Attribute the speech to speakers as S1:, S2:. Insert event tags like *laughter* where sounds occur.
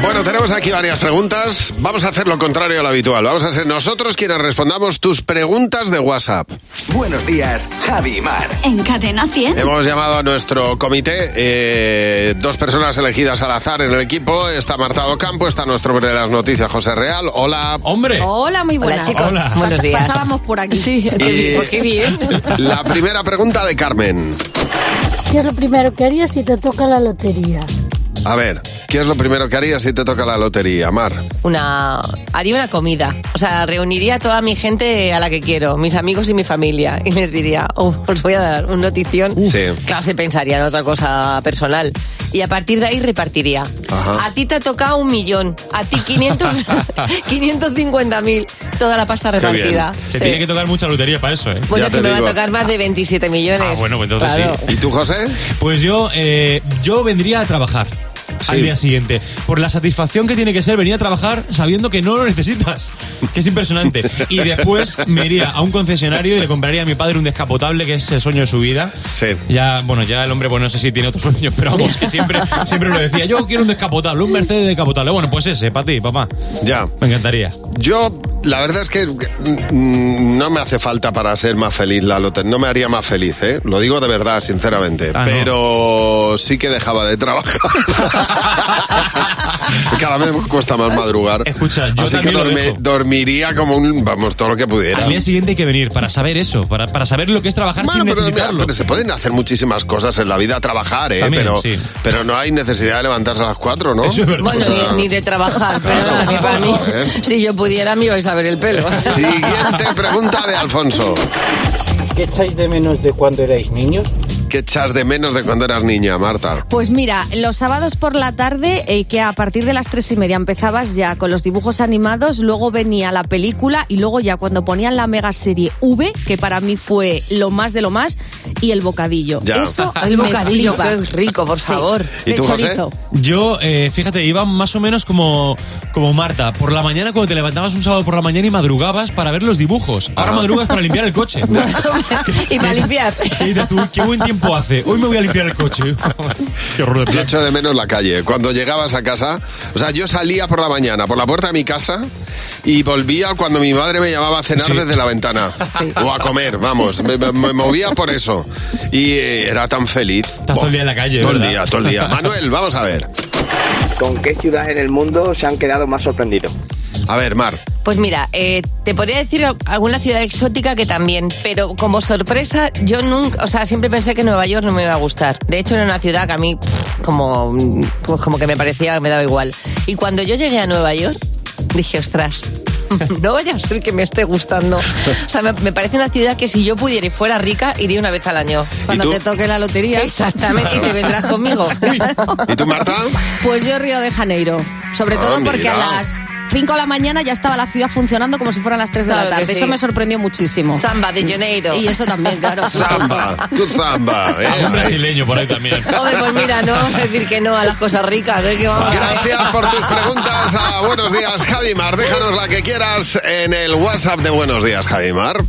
S1: Bueno, tenemos aquí varias preguntas. Vamos a hacer lo contrario a lo habitual. Vamos a ser nosotros quienes respondamos tus preguntas de WhatsApp.
S2: Buenos días, Javi y Mar.
S3: En Cadena 100.
S1: Hemos llamado a nuestro comité, eh, dos personas elegidas al azar en el equipo. Está Marta Campo, está nuestro hombre de las noticias, José Real. Hola.
S4: Hombre.
S3: Hola, muy buenas.
S5: Oh, chicos. Hola. Buenos días.
S3: Pasábamos por aquí. Sí,
S1: Y
S5: bien.
S1: *laughs* La primera pregunta de Carmen.
S6: ¿Qué es lo primero que harías si te toca la lotería?
S1: A ver, ¿qué es lo primero que harías si te toca la lotería, Mar?
S5: Una, haría una comida. O sea, reuniría a toda mi gente a la que quiero, mis amigos y mi familia. Y les diría, "Oh, os voy a dar una notición.
S1: Sí.
S5: Claro, se pensaría en otra cosa personal. Y a partir de ahí repartiría.
S1: Ajá.
S5: A ti te ha tocado un millón. A ti
S1: *laughs*
S5: 500, 550 mil. Toda la pasta
S1: bien.
S5: repartida.
S4: Te
S5: Sí.
S4: tiene que tocar mucha lotería para eso, ¿eh?
S5: Bueno,
S1: Ya
S5: tú
S1: te
S5: me va a
S1: digo.
S5: tocar más de 27 millones.
S4: Ah, bueno, pues entonces
S5: Claro.
S4: sí.
S1: ¿Y tú, José?
S4: Pues yo, eh, yo vendría a trabajar.
S1: Sí.
S4: Al día siguiente. Por la satisfacción que tiene que ser venir a trabajar sabiendo que no lo necesitas. Que es impresionante. Y después me iría a un concesionario y le compraría a mi padre un descapotable, que es el sueño de su vida.
S1: Sí.
S4: Ya, bueno, ya el hombre, pues no sé si tiene otros sueños, pero vamos, que siempre, siempre lo decía. Yo quiero un descapotable, un Mercedes descapotable. Bueno, pues ese, para ti, papá.
S1: Ya.
S4: Me encantaría.
S1: Yo, la verdad es que mm, no me hace falta para ser más feliz la lotería. No me haría más feliz, ¿eh? Lo digo de verdad, sinceramente.
S4: Ah, no.
S1: pero sí que dejaba de
S4: *laughs*
S1: trabajar. Cada vez me cuesta más madrugar.
S4: Escucha, yo
S1: Así que
S4: también lo
S1: dorme-
S4: dejo.
S1: dormiría como un. Vamos, todo lo que pudiera.
S4: Al día siguiente hay que venir para saber eso, para, para saber lo que es trabajar
S1: Bueno,
S4: sin
S1: pero,
S4: necesitarlo.
S1: pero se pueden hacer muchísimas cosas en la vida, trabajar, ¿eh?
S4: También,
S1: pero,
S4: sí.
S1: pero no hay necesidad de levantarse a las cuatro, ¿no?
S4: Eso es verdad.
S5: Bueno, ni, ni de trabajar,
S1: *laughs*
S5: pero
S1: Claro.
S5: nada, que para mí,
S1: Joder.
S5: si yo pudiera, me ibais a ver el pelo. *laughs*
S1: Siguiente pregunta de Alfonso.
S7: ¿Qué echáis de menos de cuando erais niños?
S1: ¿Qué echas de menos de cuando eras niña, Marta?
S8: Pues mira, los sábados por la tarde, eh, que a partir de las tres y media empezabas ya con los dibujos animados, luego venía la película y luego ya cuando ponían la mega serie V, que para mí fue lo más de lo más, y el bocadillo.
S1: Ya. *laughs*
S8: Eso
S5: El
S8: me
S5: bocadillo,
S8: flipa.
S5: qué rico, por favor.
S1: ¿Y
S8: de
S1: tú, José?
S8: chorizo.
S4: Yo, eh, fíjate, iba más o menos como, como Marta. Por la mañana, cuando te levantabas un sábado por la mañana y madrugabas para ver los dibujos. Ahora
S1: Ah.
S4: madrugas para limpiar el coche.
S5: *laughs* y
S1: *laughs*
S5: para limpiar.
S4: Y dices tú, "Uy, qué buen tiempo hace. Hoy me voy a limpiar el coche. qué horror de
S1: Yo
S4: plan.
S1: echo de menos la calle. Cuando llegabas a casa, o sea, yo salía por la mañana, por la puerta de mi casa, y volvía cuando mi madre me llamaba a cenar
S4: Sí.
S1: desde la ventana. O a comer, vamos. Me, me- me movía por eso. Y eh, era tan feliz.
S4: Estás todo el día en la calle,
S1: Todo el
S4: ¿verdad?
S1: día, todo el día. Manuel, vamos a ver.
S7: ¿Con qué ciudades en el mundo se han quedado más sorprendidos?
S1: A ver, Mar.
S5: Pues mira, eh, te podría decir alguna ciudad exótica que también, pero como sorpresa, yo nunca, o sea, siempre pensé que Nueva York no me iba a gustar. De hecho, era una ciudad que a mí, pff, como, mm, pues como que me parecía, que me daba igual. Y cuando yo llegué a Nueva York, dije, ostras. *laughs* No vaya a ser que me esté gustando. O sea, me, me parece una ciudad que si yo pudiera y fuera rica, iría una vez al año.
S1: tú?
S8: Cuando te toque la lotería.
S5: Exactamente, y te vendrás
S8: *laughs*
S5: conmigo.
S1: ¿Y tú,
S4: *laughs*
S1: Marta?
S8: Pues yo Río de Janeiro. Sobre
S1: Ah,
S8: todo porque
S1: mira.
S8: a las 5 de la mañana ya estaba la ciudad funcionando como si fueran las 3 de
S5: Claro
S8: la
S5: que
S8: tarde.
S5: sí.
S8: Eso me sorprendió muchísimo.
S5: Samba de Janeiro.
S8: Y eso también, claro.
S1: Samba. Tú, samba. ¿eh?
S4: Un brasileño por ahí también.
S5: Hombre, pues mira, no vamos a decir que no a las cosas ricas. ¿eh? Que vamos a-
S1: Gracias por
S5: *laughs*
S1: tus preguntas Ah, a Buenos Días, Javimar. Déjanos la que quieras en el WhatsApp de Buenos Días, Javimar.